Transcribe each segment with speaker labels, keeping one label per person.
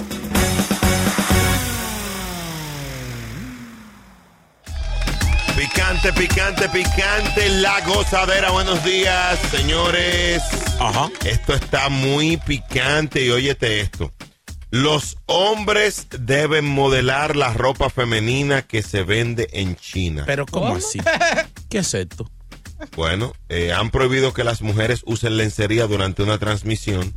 Speaker 1: Picante, picante, picante, la gozadera. Buenos días, señores.
Speaker 2: Ajá.
Speaker 1: Esto está muy picante y óyete esto. Los hombres deben modelar la ropa femenina que se vende en China.
Speaker 2: Pero ¿cómo, así? ¿Qué es esto?
Speaker 1: Bueno, eh, han prohibido que las mujeres usen lencería durante una transmisión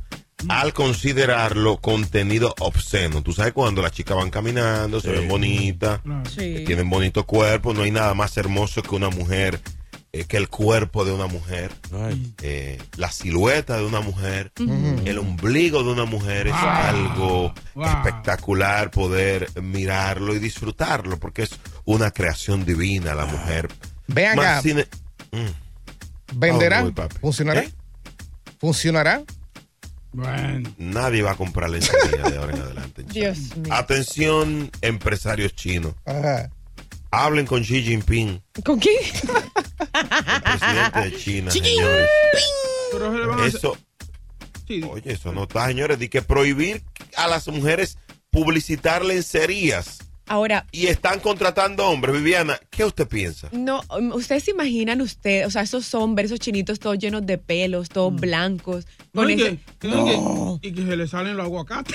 Speaker 1: al considerarlo contenido obsceno. Tú sabes cuando las chicas van caminando, se ven bonitas, eh, tienen bonito cuerpo, no hay nada más hermoso que una mujer, eh, que el cuerpo de una mujer, eh, la silueta de una mujer, el ombligo de una mujer, es algo espectacular poder mirarlo y disfrutarlo, porque es una creación divina la mujer.
Speaker 3: Ve acá.
Speaker 1: Más sin- Mm.
Speaker 3: ¿Venderá?
Speaker 1: Oh, voy, papi.
Speaker 3: ¿Funcionará?
Speaker 1: ¿Eh?
Speaker 3: ¿Funcionará?
Speaker 1: Nadie va a comprar lencería de ahora en adelante. en China. Atención, empresarios chinos.
Speaker 3: Ajá.
Speaker 1: Hablen con Xi Jinping,
Speaker 4: ¿Con quién?
Speaker 1: el presidente de China, señores. Eso, oye, eso no está, señores. Di que prohibir a las mujeres publicitar lencerías.
Speaker 4: Ahora,
Speaker 1: Y están contratando hombres. Viviana, ¿qué usted piensa?
Speaker 4: no, um, ustedes se imaginan ustedes, o sea, esos hombres, esos chinitos todos llenos de pelos, todos blancos.
Speaker 5: No,
Speaker 4: con
Speaker 5: y,
Speaker 4: ese-
Speaker 5: que, no, y que- y que se le salen los aguacates.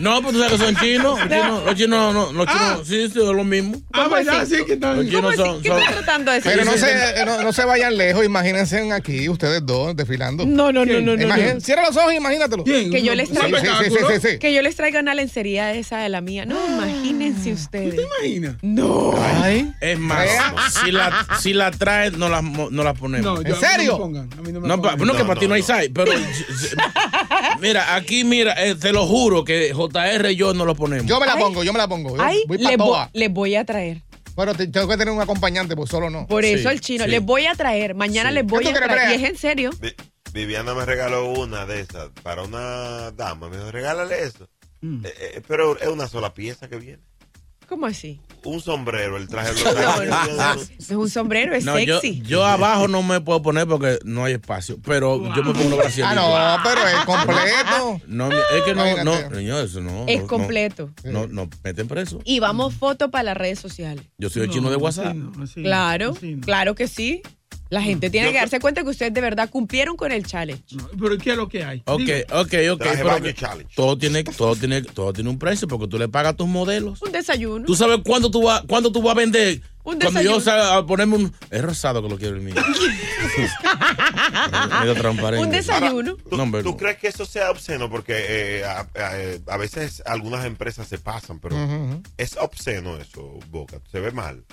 Speaker 2: No, pues tú sabes que son chinos. Los chinos, los chinos, no, los chinos sí, sí, es lo mismo.
Speaker 5: Ah,
Speaker 4: ¿Cómo
Speaker 5: verdad,
Speaker 4: así?
Speaker 5: sí que están.
Speaker 2: Los
Speaker 4: ¿Cómo
Speaker 2: chinos
Speaker 4: así?
Speaker 2: son.
Speaker 4: ¿Qué
Speaker 2: son-
Speaker 4: está tratando de decir?
Speaker 3: Pero no se, eh, no, no se vayan lejos, imagínense aquí ustedes dos desfilando.
Speaker 4: No, no, no, no, no,
Speaker 3: Imagín-
Speaker 4: no.
Speaker 3: Cierra los ojos, imagínatelo.
Speaker 5: Bien,
Speaker 4: Que yo
Speaker 5: un-
Speaker 4: les
Speaker 5: un
Speaker 4: traigo-
Speaker 3: Sí, sí, sí,
Speaker 5: espectáculo.
Speaker 3: sí, sí.
Speaker 4: Que yo les traiga una lencería esa de la mía. No, imagínense ustedes.
Speaker 5: ¿Te imaginas?
Speaker 4: No.
Speaker 3: Ay.
Speaker 2: Es más,
Speaker 3: Vea.
Speaker 2: si la, si la traes, no la, mo- no la ponemos.
Speaker 5: yo- a mí
Speaker 3: serio?
Speaker 5: No, me pongan, a mí no me
Speaker 2: No, pa-
Speaker 5: pongan.
Speaker 2: no, que
Speaker 1: No,
Speaker 2: para ti
Speaker 1: no,
Speaker 2: no hay
Speaker 1: no.
Speaker 2: size, pero mira, aquí mira, eh, te lo juro que JR y yo no lo ponemos.
Speaker 3: Yo me la
Speaker 4: Ay.
Speaker 3: pongo, yo me la pongo. Yo
Speaker 4: Ay,
Speaker 3: voy para
Speaker 4: les, vo-
Speaker 3: toa.
Speaker 4: les voy a traer.
Speaker 3: Pero te- tengo que tener un acompañante, pues solo no.
Speaker 4: Por
Speaker 2: Sí,
Speaker 4: eso el chino.
Speaker 2: sí.
Speaker 4: Les voy a traer. Mañana
Speaker 2: Sí.
Speaker 4: les voy
Speaker 3: ¿Qué tú
Speaker 4: a
Speaker 3: crees,
Speaker 4: traer.
Speaker 3: Brea?
Speaker 4: Y es en serio.
Speaker 1: Vi- Viviana me regaló una de esas para una dama. Me dijo, regálale eso. Eh, eh, pero es una sola pieza que viene.
Speaker 4: ¿Cómo así?
Speaker 1: Un sombrero, el traje. Lo traje
Speaker 4: Es un sombrero, es
Speaker 2: No, yo,
Speaker 4: sexy.
Speaker 2: yo abajo no me puedo poner porque no hay espacio, pero yo me pongo los brasileños.
Speaker 3: Ah, no, pero es completo.
Speaker 2: No, mi- es que no,
Speaker 3: Óigate.
Speaker 2: no, señor, eso no.
Speaker 4: es
Speaker 2: no,
Speaker 4: completo.
Speaker 2: No, no, meten preso.
Speaker 4: Y vamos foto para las redes sociales.
Speaker 2: Yo soy el chino de WhatsApp.
Speaker 5: Así no, así no,
Speaker 4: Claro,
Speaker 5: así no.
Speaker 4: claro que sí. La gente tiene
Speaker 1: Mm. Yo
Speaker 4: que
Speaker 1: creo-
Speaker 4: darse cuenta que ustedes de verdad cumplieron con el challenge.
Speaker 5: No, Pero ¿qué es lo que hay?
Speaker 2: Ok,
Speaker 5: Digo,
Speaker 2: ok, ok.
Speaker 1: Traje
Speaker 2: pero
Speaker 1: baño
Speaker 2: que-
Speaker 1: challenge.
Speaker 2: todo tiene, todo tiene, todo tiene un precio porque tú le pagas a tus modelos.
Speaker 1: Mm.
Speaker 4: Un desayuno.
Speaker 2: Tú sabes cuándo tú vas, cuándo tú vas a vender.
Speaker 4: Un
Speaker 2: Cuando
Speaker 4: desayuno.
Speaker 2: yo salga a ponerme un. Es rosado que lo quiero el mío. Medio transparente.
Speaker 4: Un
Speaker 1: Ahora,
Speaker 4: desayuno.
Speaker 1: ¿tú,
Speaker 2: No, hombre,
Speaker 1: tú
Speaker 2: no.
Speaker 1: crees que eso sea obsceno? Porque eh, a, a- a veces algunas empresas se pasan, pero es obsceno eso, Boca. Se ve mal.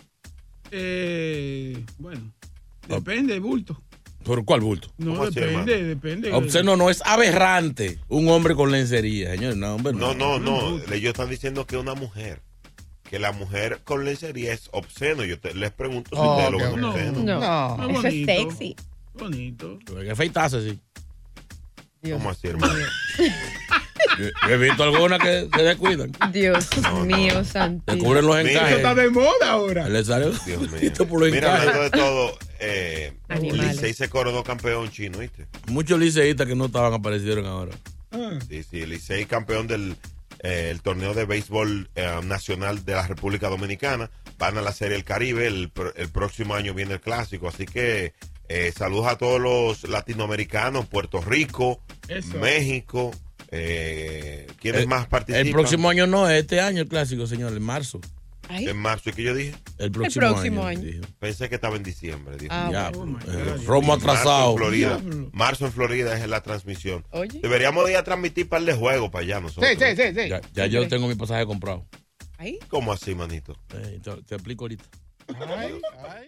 Speaker 5: eh, bueno, depende, bulto.
Speaker 2: ¿Por cuál bulto?
Speaker 5: No,
Speaker 1: ¿Cómo así,
Speaker 5: depende,
Speaker 1: hermano?
Speaker 5: depende.
Speaker 3: Oh.
Speaker 2: Obsceno no es aberrante. Un hombre con lencería, señor. No, hombre,
Speaker 1: No,
Speaker 2: no.
Speaker 1: no, no.
Speaker 5: no.
Speaker 1: Ellos están diciendo que una mujer, que la mujer con lencería es obsceno. Yo te- les pregunto si
Speaker 3: Oh,
Speaker 1: ustedes
Speaker 3: ok,
Speaker 1: lo
Speaker 3: ok.
Speaker 1: ven
Speaker 4: No.
Speaker 1: obsceno.
Speaker 3: No.
Speaker 4: Eso es
Speaker 5: bonito.
Speaker 4: sexy.
Speaker 5: Bonito.
Speaker 2: Que feitazo, sí.
Speaker 1: ¿Cómo así, hermano?
Speaker 2: Yo, yo he visto algunas que se descuidan.
Speaker 4: Dios mío,
Speaker 2: Se
Speaker 4: santo.
Speaker 2: cubren los
Speaker 1: Mira.
Speaker 5: Eso está
Speaker 2: encajes.
Speaker 5: de moda ahora.
Speaker 2: Le sale
Speaker 1: Dios mío.
Speaker 2: esto por los
Speaker 1: Mira, hablando
Speaker 2: encajes.
Speaker 1: de todo, eh,
Speaker 4: Animales.
Speaker 1: Licey se coronó campeón chino, ¿viste?
Speaker 2: Muchos liceístas que no estaban aparecieron ahora.
Speaker 1: Sí, sí, Licey campeón del eh, el torneo de béisbol eh, nacional de la República Dominicana. Van a la Serie del Caribe, el, pr- el próximo año viene el clásico. Así que eh, saludos a todos los latinoamericanos, Puerto Rico,
Speaker 5: Eso.
Speaker 1: México. Eh, ¿Quiénes
Speaker 2: El-
Speaker 1: más participan?
Speaker 2: El próximo año no, es este año el clásico, señor, en marzo.
Speaker 4: Ay,
Speaker 1: En marzo, ¿y qué yo dije?
Speaker 2: El próximo,
Speaker 4: próximo
Speaker 2: año.
Speaker 4: año.
Speaker 2: dije.
Speaker 1: Pensé que estaba en diciembre. Dios
Speaker 4: Ah,
Speaker 1: mío.
Speaker 2: Ya,
Speaker 5: bueno.
Speaker 2: eh,
Speaker 5: Oh, my God.
Speaker 2: romo
Speaker 1: Marzo en
Speaker 2: atrasado.
Speaker 1: Florida.
Speaker 5: Diablo.
Speaker 1: Marzo en Florida es la transmisión.
Speaker 4: Oye.
Speaker 1: Deberíamos de ir a transmitir par de juegos para allá nosotros.
Speaker 3: Sí, sí, sí, sí.
Speaker 2: Ya, ya yo tengo mi pasaje comprado.
Speaker 4: ay.
Speaker 1: ¿Cómo así, manito?
Speaker 2: Eh, te, te explico ahorita.
Speaker 3: Ay, ay.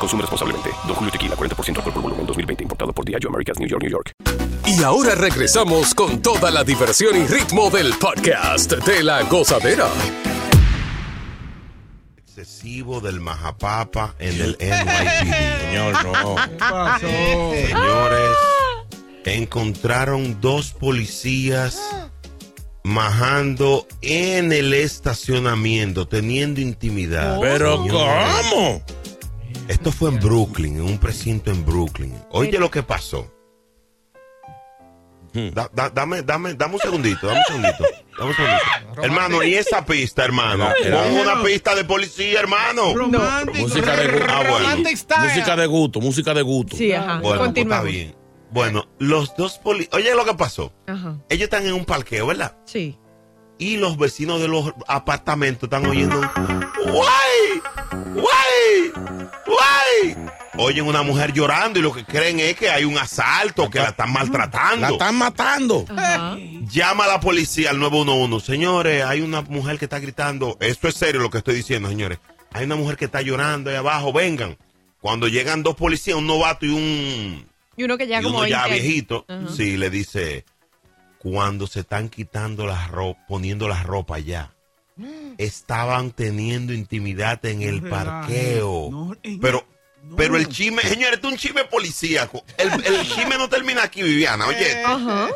Speaker 6: Consume responsablemente. Don Julio Tequila, 40% alcohol por volumen, 2020. Importado por Diageo Americas, New York, New York.
Speaker 7: Y ahora regresamos con toda la diversión y ritmo del podcast de la gozadera.
Speaker 1: Excesivo del Majapapa en el NYPD.
Speaker 2: Señor, no.
Speaker 5: ¿Qué pasó?
Speaker 1: Señores, encontraron dos policías majando en el estacionamiento, teniendo intimidad.
Speaker 2: Pero
Speaker 1: Señores,
Speaker 2: ¿cómo?
Speaker 1: Esto fue en Brooklyn, en un precinto en Brooklyn. Oye lo que pasó.
Speaker 2: Hmm.
Speaker 1: Da- da- dame, dame, dame un segundito, dame un segundito. Dame un segundito. hermano, y esa pista, hermano.
Speaker 2: Era- era-
Speaker 1: Pon una pista de policía, hermano.
Speaker 5: Romántico.
Speaker 2: Música de gusto.
Speaker 1: Ah, bueno.
Speaker 3: Romantic style.
Speaker 2: Música de gusto, música de gusto.
Speaker 4: Sí, ajá.
Speaker 1: Bueno, pues, está
Speaker 4: Continuamos.
Speaker 1: bien. Bueno, los dos policías. Oye lo que pasó.
Speaker 4: Ajá.
Speaker 1: Ellos están en un parqueo, ¿verdad?
Speaker 4: Sí.
Speaker 1: Y los vecinos de los apartamentos están oyendo. ¡Guay! ¡Guay! ¡Guay! Oyen una mujer llorando y lo que creen es que hay un asalto, que la están
Speaker 2: La
Speaker 1: maltratando.
Speaker 2: están matando.
Speaker 4: Ajá.
Speaker 1: Llama a la policía al 911. Señores, hay una mujer que está gritando. Esto es serio lo que estoy diciendo, señores. Hay una mujer que está llorando ahí abajo. Vengan. Cuando llegan dos policías, un novato y un
Speaker 4: Y uno que ya
Speaker 1: y
Speaker 4: como
Speaker 1: uno ya
Speaker 4: 20 años.
Speaker 1: viejito,
Speaker 4: Ajá.
Speaker 1: sí, le dice, cuando se están quitando las ropa, poniendo las ropa ya, estaban teniendo intimidad en el
Speaker 5: relaje.
Speaker 1: parqueo.
Speaker 5: No, en-
Speaker 1: pero,
Speaker 5: no.
Speaker 1: pero el chisme, señores, esto es un chisme policíaco. El, el chisme no termina aquí, Viviana, oye.
Speaker 4: Ajá.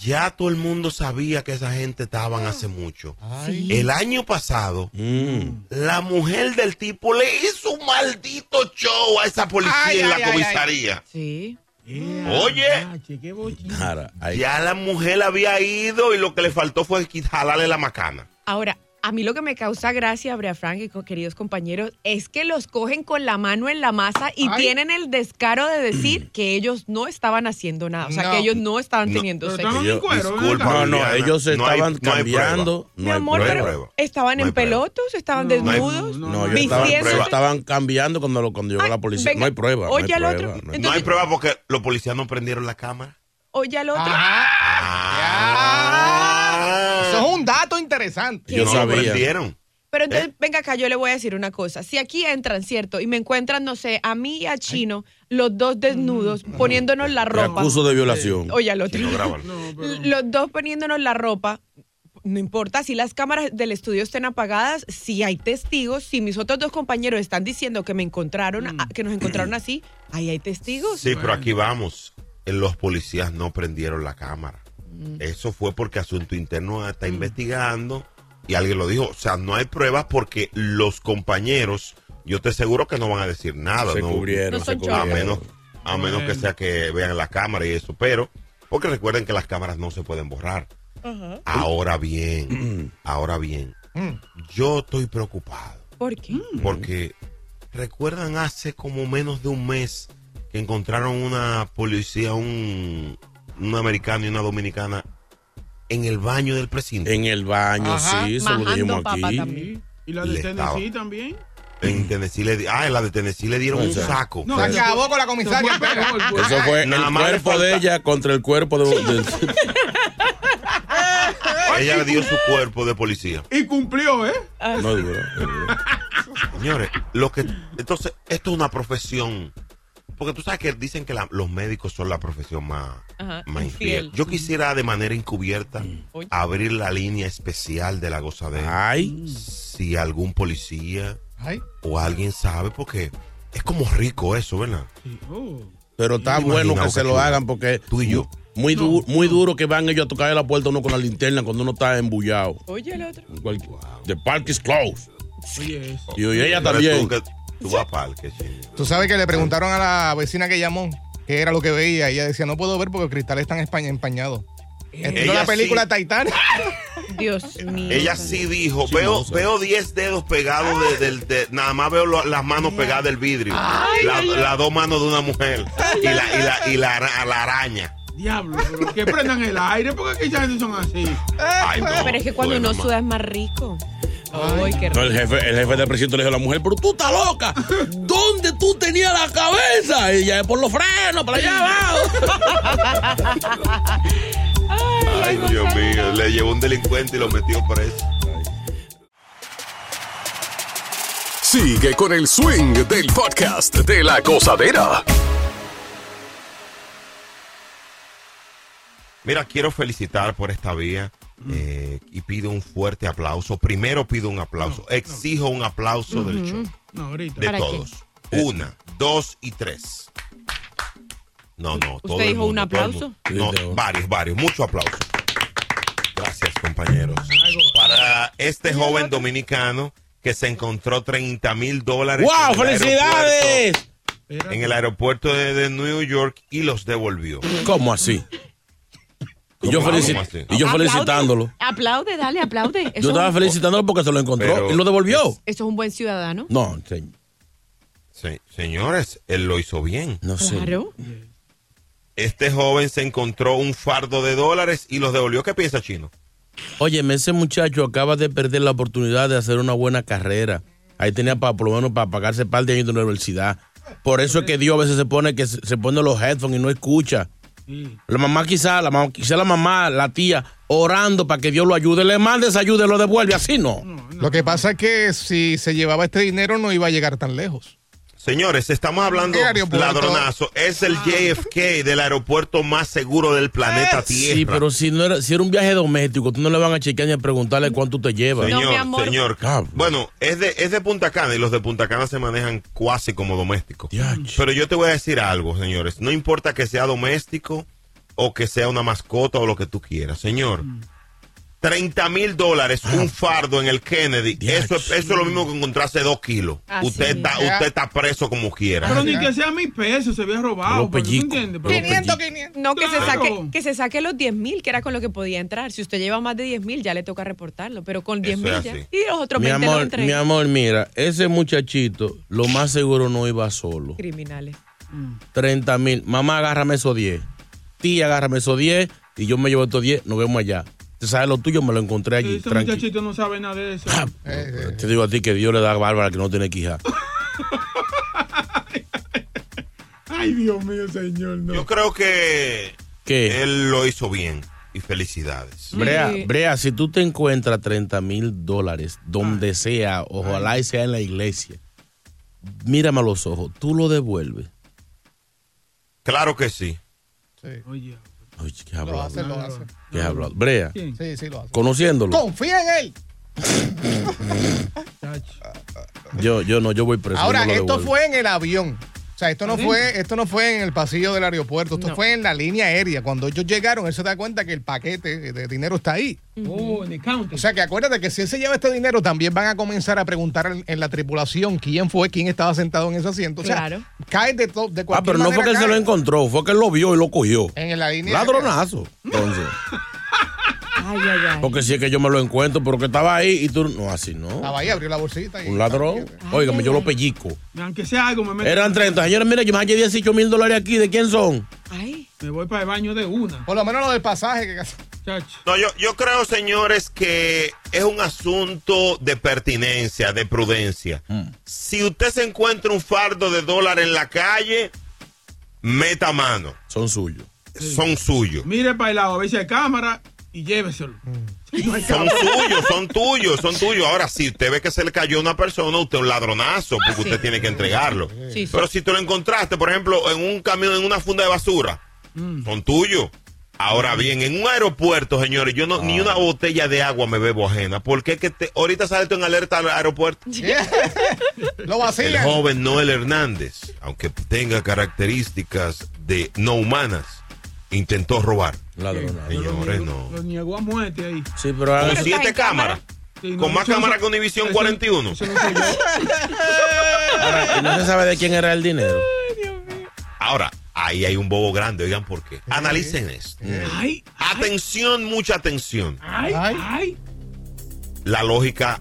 Speaker 1: Ya todo el mundo sabía que esa gente estaban hace mucho.
Speaker 4: Sí.
Speaker 1: El año pasado,
Speaker 2: Mm.
Speaker 1: la mujer del tipo le hizo un maldito show a esa policía
Speaker 3: Ay,
Speaker 1: en la
Speaker 3: ay, ay, ay.
Speaker 1: comisaría.
Speaker 4: Sí.
Speaker 5: Eh,
Speaker 1: Oye.
Speaker 5: H, qué bochín.
Speaker 2: Cara, ahí.
Speaker 1: Ya la mujer había ido y lo que le faltó fue quit- jalarle la macana.
Speaker 4: Ahora, a mí lo que me causa gracia, Brea Frank y co- queridos compañeros, es que los cogen con la mano en la masa y
Speaker 5: Ay.
Speaker 4: tienen el descaro de
Speaker 1: Mm.
Speaker 4: decir que ellos no
Speaker 3: No.
Speaker 4: que ellos no estaban
Speaker 1: No.
Speaker 4: teniendo
Speaker 5: Pero
Speaker 4: sexo.
Speaker 5: estaban en
Speaker 2: Yo-
Speaker 5: cuero, ven
Speaker 1: disculpa,
Speaker 5: acá.
Speaker 2: No, no,
Speaker 1: Viviana,
Speaker 2: ellos se
Speaker 1: no hay-
Speaker 2: estaban
Speaker 1: no hay prueba.
Speaker 2: cambiando.
Speaker 4: Mi
Speaker 2: no hay
Speaker 4: amor,
Speaker 1: no hay
Speaker 4: pero
Speaker 1: prueba.
Speaker 4: estaban
Speaker 1: No hay
Speaker 4: en
Speaker 1: prueba.
Speaker 4: pelotos, estaban
Speaker 5: No hay-
Speaker 4: desnudos.
Speaker 5: No,
Speaker 2: No, ellos estaban,
Speaker 4: Vistiéndose.
Speaker 2: ellos estaban cambiando cuando, lo, cuando llegó
Speaker 4: Ay,
Speaker 2: la policía.
Speaker 4: venga.
Speaker 2: No hay prueba.
Speaker 4: Oye,
Speaker 2: no hay
Speaker 4: al otro.
Speaker 2: prueba, no hay
Speaker 4: Entonces-
Speaker 1: no hay
Speaker 4: Entonces-
Speaker 1: prueba porque los policías no prendieron la cámara.
Speaker 4: Oye al otro.
Speaker 3: Ah, Eso
Speaker 1: Ah,
Speaker 3: es un dato interesante.
Speaker 2: Yo ¿Eh?
Speaker 1: no lo
Speaker 2: sabía.
Speaker 1: prendieron.
Speaker 4: Pero entonces, venga acá, yo le voy a decir una cosa. Si aquí entran, ¿cierto? Y me encuentran, no sé, a mí y a Chino, los dos desnudos, poniéndonos la
Speaker 2: prueba.
Speaker 4: ropa.
Speaker 2: Mm, acuso de violación.
Speaker 4: Oye al otro.
Speaker 1: No graban.
Speaker 5: No, pero-
Speaker 4: Los dos poniéndonos la ropa. No importa si las cámaras del estudio estén apagadas, si hay testigos, si mis otros dos compañeros están diciendo que me encontraron,
Speaker 2: Mm.
Speaker 4: a- que nos encontraron así, ahí hay testigos.
Speaker 1: Sí, pero aquí vamos. Eh, Los policías no prendieron la cámara. Eso fue porque Asunto Interno está investigando y alguien lo dijo. O sea, no hay pruebas porque los compañeros, yo te aseguro que no van a decir nada.
Speaker 2: Se
Speaker 1: ¿no?
Speaker 2: cubrieron,
Speaker 4: No
Speaker 2: se
Speaker 4: son
Speaker 1: A
Speaker 4: Claro.
Speaker 2: cubrieron.
Speaker 1: menos, a menos que sea que vean la cámara y eso, pero porque recuerden que las cámaras no se pueden borrar. Ahora
Speaker 2: Mm.
Speaker 1: bien, ahora bien,
Speaker 3: Mm.
Speaker 1: yo estoy preocupado
Speaker 4: ¿Por qué?
Speaker 1: Mm. porque recuerdan hace como menos de un mes que encontraron una policía, un, un americano y una dominicana en el baño del precinto.
Speaker 2: En el baño,
Speaker 4: Ajá,
Speaker 2: sí, eso lo
Speaker 4: majando
Speaker 2: dijimos
Speaker 4: papa
Speaker 2: aquí.
Speaker 4: también.
Speaker 5: Sí. Y la de
Speaker 1: Le
Speaker 5: Tennessee
Speaker 1: estaba-
Speaker 5: también.
Speaker 1: En Tennessee le di- ah, en la de Tennessee le dieron
Speaker 2: Puede
Speaker 1: un
Speaker 2: ser.
Speaker 1: saco.
Speaker 5: No,
Speaker 2: Pues-
Speaker 3: Acabó con la comisaria.
Speaker 5: Fue
Speaker 3: espera.
Speaker 5: peor, fue-
Speaker 2: Eso fue
Speaker 1: Nada
Speaker 2: el
Speaker 1: más le
Speaker 2: cuerpo de
Speaker 1: falta-
Speaker 2: ella contra el cuerpo de... de-
Speaker 1: Ella le dio su cuerpo de policía.
Speaker 5: Y cumplió, ¿eh?
Speaker 2: no, duró, no duró.
Speaker 1: Señores, lo que entonces esto es una profesión. Porque tú sabes que dicen que la- los médicos son la profesión más,
Speaker 4: Ajá,
Speaker 1: más
Speaker 4: infiel.
Speaker 1: infiel. Yo quisiera de manera encubierta
Speaker 4: Oye.
Speaker 1: abrir la línea especial de la
Speaker 2: Ah.
Speaker 1: gozadera.
Speaker 2: Ay,
Speaker 1: Si algún policía
Speaker 3: Ay,
Speaker 1: o alguien sabe, porque es como rico eso, ¿verdad?
Speaker 5: Sí. Oh.
Speaker 2: pero está
Speaker 1: Imagina,
Speaker 2: bueno que se lo
Speaker 1: Boca Chula.
Speaker 2: hagan porque...
Speaker 1: Tú y yo.
Speaker 2: Muy, du- muy duro que van ellos a tocar la puerta a uno con la linterna cuando uno está embullado.
Speaker 4: Oye, el otro.
Speaker 2: Cual- The park is closed.
Speaker 5: Oye, eso.
Speaker 2: Y ella
Speaker 1: Pero
Speaker 2: también.
Speaker 1: Tú, que- tú vas a parque, sí.
Speaker 3: tú sabes que le preguntaron a la vecina que llamó qué era lo que veía. Y ella decía, no puedo ver porque el cristal está en España empañado. Estilo
Speaker 1: Ella
Speaker 3: la película
Speaker 1: sí.
Speaker 3: Titanic.
Speaker 4: Dios mío.
Speaker 1: Ella sí dijo, veo veo 10 dedos pegados de- del, de- nada más veo lo- las manos pegadas del vidrio. La- Las dos manos de una mujer y la, y la, y la, ara- la araña.
Speaker 5: Diablo, pero que prendan el aire porque aquí ya no son así.
Speaker 1: Ay, no,
Speaker 4: Pero es que cuando
Speaker 1: bueno,
Speaker 4: uno
Speaker 1: ma-
Speaker 4: suda es más rico. Ay, qué rico.
Speaker 2: No, el jefe, el jefe del presidente le dijo a la mujer, pero tú estás loca. ¿Dónde tú tenías la cabeza? Y ella, por los frenos, para allá abajo.
Speaker 1: Ay, Dios mío, le llevó un delincuente y lo metió preso.
Speaker 7: Sigue con el swing del podcast de la gozadera.
Speaker 1: Mira, quiero felicitar por esta vía
Speaker 4: Mm.
Speaker 1: eh, y pido un fuerte aplauso. Primero pido un aplauso. Exijo un aplauso del show.
Speaker 5: No, ahorita.
Speaker 1: De
Speaker 4: ¿Para Eh. quién?
Speaker 1: todos. Una, dos y tres. No, no. todo
Speaker 4: ¿Usted
Speaker 1: el
Speaker 4: dijo un
Speaker 1: mundo, todo el
Speaker 4: aplauso?
Speaker 1: mundo. No,
Speaker 2: Sí, todo.
Speaker 1: varios, varios. Mucho aplauso. Gracias, compañeros. Para este joven dominicano que se encontró 30 mil dólares.
Speaker 2: ¡Wow!
Speaker 1: en el
Speaker 2: ¡Felicidades!
Speaker 1: aeropuerto- En el aeropuerto de, de New York y los devolvió.
Speaker 2: ¿Cómo así? Y yo,
Speaker 1: ¿Cómo
Speaker 2: felici-
Speaker 1: así?
Speaker 2: y yo
Speaker 4: Aplaude,
Speaker 2: felicitándolo.
Speaker 4: Aplaude, dale, aplaude. Eso,
Speaker 2: Yo estaba
Speaker 4: eso
Speaker 2: felicitándolo porque se lo encontró
Speaker 1: Pero-
Speaker 2: y lo devolvió.
Speaker 4: es un buen ciudadano.
Speaker 2: No, se-
Speaker 1: Se- señores, él lo hizo bien.
Speaker 2: no sé.
Speaker 4: Claro.
Speaker 1: Este joven se encontró un fardo de dólares y los devolvió. ¿Qué piensa, Chino?
Speaker 2: Óyeme, ese muchacho acaba de perder la oportunidad de hacer una buena carrera. Ahí tenía para, por lo menos para pagarse un par de años de universidad. Por eso es que Dios a veces se pone que se se pone los headphones y no escucha.
Speaker 5: Sí.
Speaker 2: La mamá quizá, la mamá, quizá la mamá, la tía, orando para que Dios lo ayude, le mande esa ayuda y lo devuelve. Así no.
Speaker 3: Lo que pasa es que si se llevaba este dinero no iba a llegar tan lejos.
Speaker 1: Señores, estamos hablando
Speaker 3: El aeropuerto.
Speaker 1: ladronazo. Es
Speaker 2: Ah.
Speaker 1: el JFK del aeropuerto más seguro del planeta Tierra.
Speaker 2: Sí, pero si no era, si era un viaje doméstico, tú no le van a chequear ni a preguntarle cuánto te lleva.
Speaker 4: No, mi
Speaker 1: Señor,
Speaker 4: amor.
Speaker 1: señor.
Speaker 2: Cabrón.
Speaker 1: Bueno, es de, es de Punta Cana y los de Punta Cana se manejan cuasi como domésticos.
Speaker 2: Diache.
Speaker 1: Pero yo te voy a decir algo, señores. No importa que sea doméstico o que sea una mascota o lo que tú quieras. Señor,
Speaker 5: Mm.
Speaker 1: 30 mil dólares,
Speaker 5: Ah.
Speaker 1: un fardo en el Kennedy.
Speaker 2: Diache.
Speaker 1: Eso es, eso es lo mismo que encontrarse dos kilos.
Speaker 4: Así
Speaker 1: Usted está,
Speaker 3: es.
Speaker 1: usted está preso como quiera.
Speaker 5: Pero ni que sea mi peso, se había robado. pero
Speaker 2: Pero
Speaker 5: ¿Tú me
Speaker 2: pellico,
Speaker 5: entiendes?
Speaker 2: pero
Speaker 5: Pero-
Speaker 3: 500, 500.
Speaker 4: No, que, se
Speaker 5: Claro.
Speaker 4: saque, que se saque los 10 mil, que era con lo que podía entrar. Si usted lleva más de 10 mil, ya le toca reportarlo. Pero con 10
Speaker 1: Eso es
Speaker 4: mil ya.
Speaker 1: así.
Speaker 4: Y los otros
Speaker 2: Mi
Speaker 4: 20 los
Speaker 2: amor,
Speaker 4: entrega.
Speaker 2: mi amor, mira, ese muchachito, lo más seguro no iba solo.
Speaker 4: Criminales.
Speaker 2: 30 mil. Mamá, agárrame esos 10. Tía, agárrame esos 10. Y yo me llevo estos 10. Nos vemos allá. Tú sabes lo tuyo, me lo encontré allí.
Speaker 5: Este
Speaker 2: tranquilo.
Speaker 5: muchachito no sabe nada de eso.
Speaker 2: Ah, Te digo a ti que Dios le da a Bárbara que no tiene quija.
Speaker 5: Ay, Dios mío, señor. No.
Speaker 1: Yo creo que
Speaker 5: Eh.
Speaker 2: ¿Qué?
Speaker 3: Eh,
Speaker 1: él lo hizo bien. Y felicidades.
Speaker 5: Mm.
Speaker 2: Brea,
Speaker 4: Sí.
Speaker 2: Brea, si tú te encuentras 30 mil dólares, donde sea, ojalá y sea en la iglesia, mírame a los ojos, tú lo devuelves.
Speaker 1: Claro que sí.
Speaker 3: Sí,
Speaker 5: Oye,
Speaker 2: Ay, qué
Speaker 3: lo
Speaker 2: hablado,
Speaker 3: hace, lo hace.
Speaker 2: qué hablado. Brea,
Speaker 5: ¿quién?
Speaker 3: Sí, sí, lo hace.
Speaker 2: conociéndolo,
Speaker 3: Confía en él.
Speaker 5: Tacho.
Speaker 2: yo, yo no, yo voy preso.
Speaker 3: Ahora,
Speaker 2: yo no lo
Speaker 3: esto
Speaker 2: devuelvo.
Speaker 3: fue en el avión. O sea, esto no, fue, esto no fue en el pasillo del aeropuerto, esto fue en la línea aérea. Cuando ellos llegaron, él se da cuenta que el paquete de dinero está ahí.
Speaker 5: Oh, en el
Speaker 3: O
Speaker 5: counter.
Speaker 3: sea, que acuérdate que si él se lleva este dinero, también van a comenzar a preguntar en, en la tripulación quién fue, quién estaba sentado en ese asiento. O sea,
Speaker 4: Claro.
Speaker 3: cae de, todo de
Speaker 2: Ah,
Speaker 3: cualquier
Speaker 2: pero no fue
Speaker 3: manera
Speaker 2: que él se lo
Speaker 3: cae.
Speaker 2: encontró, fue que él lo vio y lo cogió.
Speaker 3: En la línea aérea.
Speaker 2: Ladronazo. Entonces,
Speaker 4: Ay, ay, ay.
Speaker 2: porque si es que yo me lo encuentro, pero que estaba ahí y tú. No, así no.
Speaker 3: Estaba ahí, abrió la bolsita. Y
Speaker 2: Un ladrón. Óigame, yo lo pellico.
Speaker 5: Aunque sea algo, me meto.
Speaker 2: Eran 30. Señores, mire, yo me hallé 18 mil dólares aquí. ¿De quién son?
Speaker 4: Ay.
Speaker 5: Me voy para el baño de una.
Speaker 3: Por lo menos lo del pasaje que
Speaker 5: Chacho.
Speaker 1: No, yo, yo creo, señores, que es un asunto de pertinencia, de prudencia. Si usted se encuentra un fardo de dólar en la calle, meta mano.
Speaker 2: Son suyos.
Speaker 1: Son suyos.
Speaker 5: Mire para el lado, a ver si hay cámara y lléveselo. Si no hay
Speaker 1: Son
Speaker 5: cámara,
Speaker 1: tuyos, son tuyos, son tuyos. Ahora, si usted ve que se le cayó a una persona, usted es un ladronazo, porque usted tiene que entregarlo.
Speaker 4: Sí, sí.
Speaker 1: Pero si tú lo encontraste, por ejemplo, en un camión, en una funda de basura, son tuyos. Ahora bien, en un aeropuerto, señores, yo no, ni una botella de agua me bebo ajena. Porque es que te- ahorita sale tú en alerta al aeropuerto.
Speaker 3: lo
Speaker 1: El
Speaker 3: vacían.
Speaker 1: joven Noel Hernández, aunque tenga características de no humanas, intentó robar.
Speaker 2: Ladrona.
Speaker 1: Señores, no.
Speaker 5: Lo niego a muerte ahí.
Speaker 2: Sí, pero hagan
Speaker 1: Con
Speaker 4: Pero
Speaker 2: eso.
Speaker 4: está
Speaker 1: siete
Speaker 4: en cámara.
Speaker 1: cámaras.
Speaker 5: Sí, no,
Speaker 1: Con más
Speaker 5: eso no
Speaker 1: cámaras
Speaker 5: soy-
Speaker 1: que Univisión
Speaker 5: eso-
Speaker 1: 41.
Speaker 5: Eso no soy yo.
Speaker 2: Ahora, y no se sabe de quién era el dinero.
Speaker 1: Ahora, ahí hay un bobo grande, oigan por qué. Analicen esto.
Speaker 5: Ay, ay, Ah.
Speaker 1: Atención, mucha atención.
Speaker 5: ay,
Speaker 3: Ay.
Speaker 5: ay.
Speaker 1: La lógica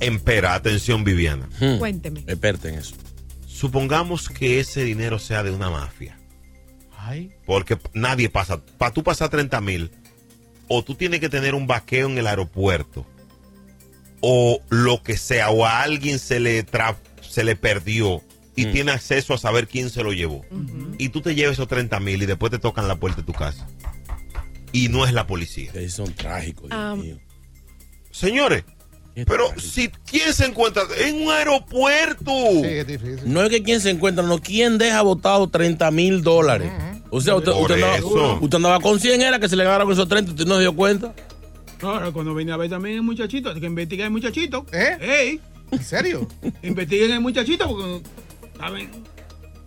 Speaker 1: empera. Atención, Viviana.
Speaker 2: Mm.
Speaker 4: Cuénteme.
Speaker 2: Experta en eso.
Speaker 1: Supongamos que ese dinero sea de una mafia.
Speaker 3: Ay,
Speaker 1: Porque p- nadie pasa. Para tú pasar 30 mil, o tú tienes que tener un vaqueo en el aeropuerto, o lo que sea, o a alguien se le, tra- se le perdió y tiene acceso a saber quién se lo llevó. Y tú te lleves esos 30 mil y después te tocan la puerta de tu casa. Y no es la policía.
Speaker 2: Que ahí son trágicos, Dios
Speaker 4: Ah.
Speaker 2: mío.
Speaker 1: Señores,
Speaker 2: Qué
Speaker 1: pero
Speaker 2: trágico.
Speaker 1: si quién se encuentra en un aeropuerto.
Speaker 3: sí, es difícil.
Speaker 2: No es que quien se encuentra, no, quien deja botado 30 mil dólares. O sea, usted,
Speaker 1: Por
Speaker 2: usted andaba,
Speaker 1: eso.
Speaker 2: usted andaba con 100, era que se le agarraron esos 30, usted no se dio cuenta.
Speaker 5: No, ahora cuando viene a ver también el muchachito, hay que investigar el muchachito.
Speaker 3: ¿Eh?
Speaker 5: Ey,
Speaker 3: ¿En serio?
Speaker 5: investiguen el muchachito porque saben.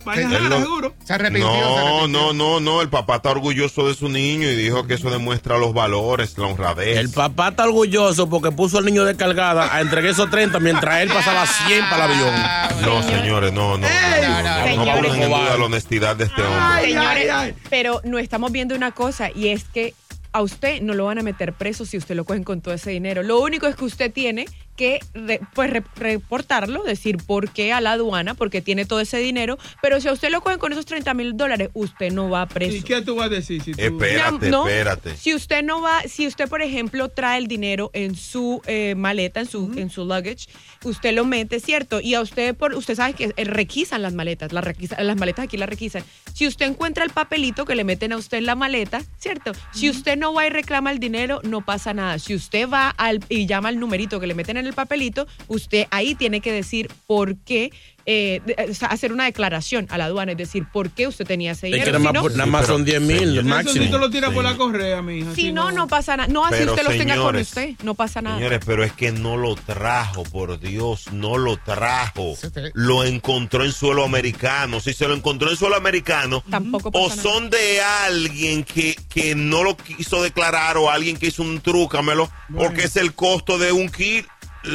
Speaker 5: Vayan
Speaker 1: Él
Speaker 5: a
Speaker 1: no-
Speaker 5: seguro.
Speaker 3: Se arrepintió. se
Speaker 1: No,
Speaker 3: arrepintió.
Speaker 1: no, no, no. El papá está orgulloso de su niño y dijo que eso demuestra los valores, la honradez.
Speaker 2: El papá está orgulloso porque puso al niño descargada a entregar esos 30 mientras él pasaba 100 para el avión.
Speaker 1: No, señores, no, no. No, no, no, no
Speaker 4: Señores.
Speaker 1: pongan en duda la honestidad de este hombre.
Speaker 5: ay,
Speaker 4: Señores,
Speaker 5: ay.
Speaker 4: pero no estamos viendo una cosa y es que a usted no lo van a meter preso si usted lo cogen con todo ese dinero. Lo único es que usted tiene que re- pues, re- reportarlo, decir por qué a la aduana, porque tiene todo ese dinero, pero si a usted lo cogen con esos 30 mil dólares, usted no va preso.
Speaker 5: ¿Y qué tú vas a decir si tú?
Speaker 1: Espera. Espérate,
Speaker 4: No,
Speaker 1: espérate.
Speaker 4: Si usted no va, si usted, por ejemplo, trae el dinero en su eh, maleta, en su, en su luggage, usted lo mete, ¿cierto? Y a usted, por, usted sabe que eh, requisan las maletas, las, requisa- las maletas aquí las requisan. Si usted encuentra el papelito que le meten a usted en la maleta, ¿cierto? Si usted no va y reclama el dinero, no pasa nada. Si usted va al, y llama al numerito que le meten en el papelito, usted ahí tiene que decir por qué. eh, de- o sea, hacer una declaración a la aduana, es decir, por qué usted tenía ese
Speaker 2: Es que
Speaker 4: dinero.
Speaker 2: nada
Speaker 4: Si
Speaker 2: más,
Speaker 4: no-
Speaker 2: por- nada más son 10 mil,
Speaker 5: Eso si tú
Speaker 2: máximo.
Speaker 5: lo tiras por la correa, mija.
Speaker 4: si no, no pasa nada. No, así
Speaker 1: Pero,
Speaker 4: usted los tenga con
Speaker 1: señores,
Speaker 4: usted. No pasa nada.
Speaker 1: Señores, pero es que no lo trajo, por Dios, no lo trajo.
Speaker 3: Sí, sí.
Speaker 1: Lo encontró en suelo americano. Si se lo encontró en suelo americano,
Speaker 4: Tampoco
Speaker 1: o
Speaker 4: pasa nada.
Speaker 1: son de alguien que, que no lo quiso declarar o alguien que hizo un trúcamelo, porque es el costo de un kit. L-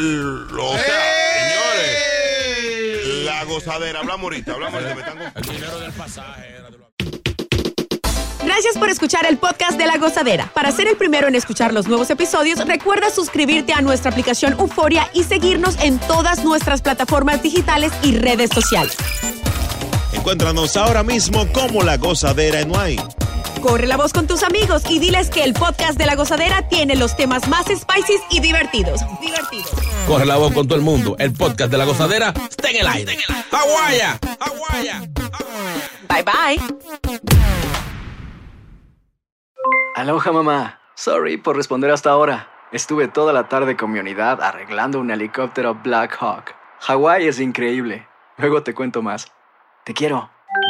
Speaker 1: O sea, señores, la gozadera. Hablamos ahorita, hablamos ahorita. Me están confundiendo.
Speaker 8: Gracias por escuchar el podcast de La Gozadera. Para ser el primero en escuchar los nuevos episodios, recuerda suscribirte a nuestra aplicación Euforia y seguirnos en todas nuestras plataformas digitales y redes sociales.
Speaker 9: Encuéntranos ahora mismo como La Gozadera en Nuay.
Speaker 8: Corre la voz con tus amigos y diles que el podcast de La Gozadera tiene los temas más spicy y divertidos. Divertidos.
Speaker 2: Corre la voz con todo el mundo. El podcast de la gozadera está en el aire. ¡Aguaya! ¡Aguaya!
Speaker 8: Bye bye.
Speaker 10: Aloha mamá. Sorry por responder hasta ahora. Estuve toda la tarde con mi unidad arreglando un helicóptero Black Hawk. Hawái es increíble. Luego te cuento más. Te quiero.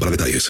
Speaker 7: para detalles.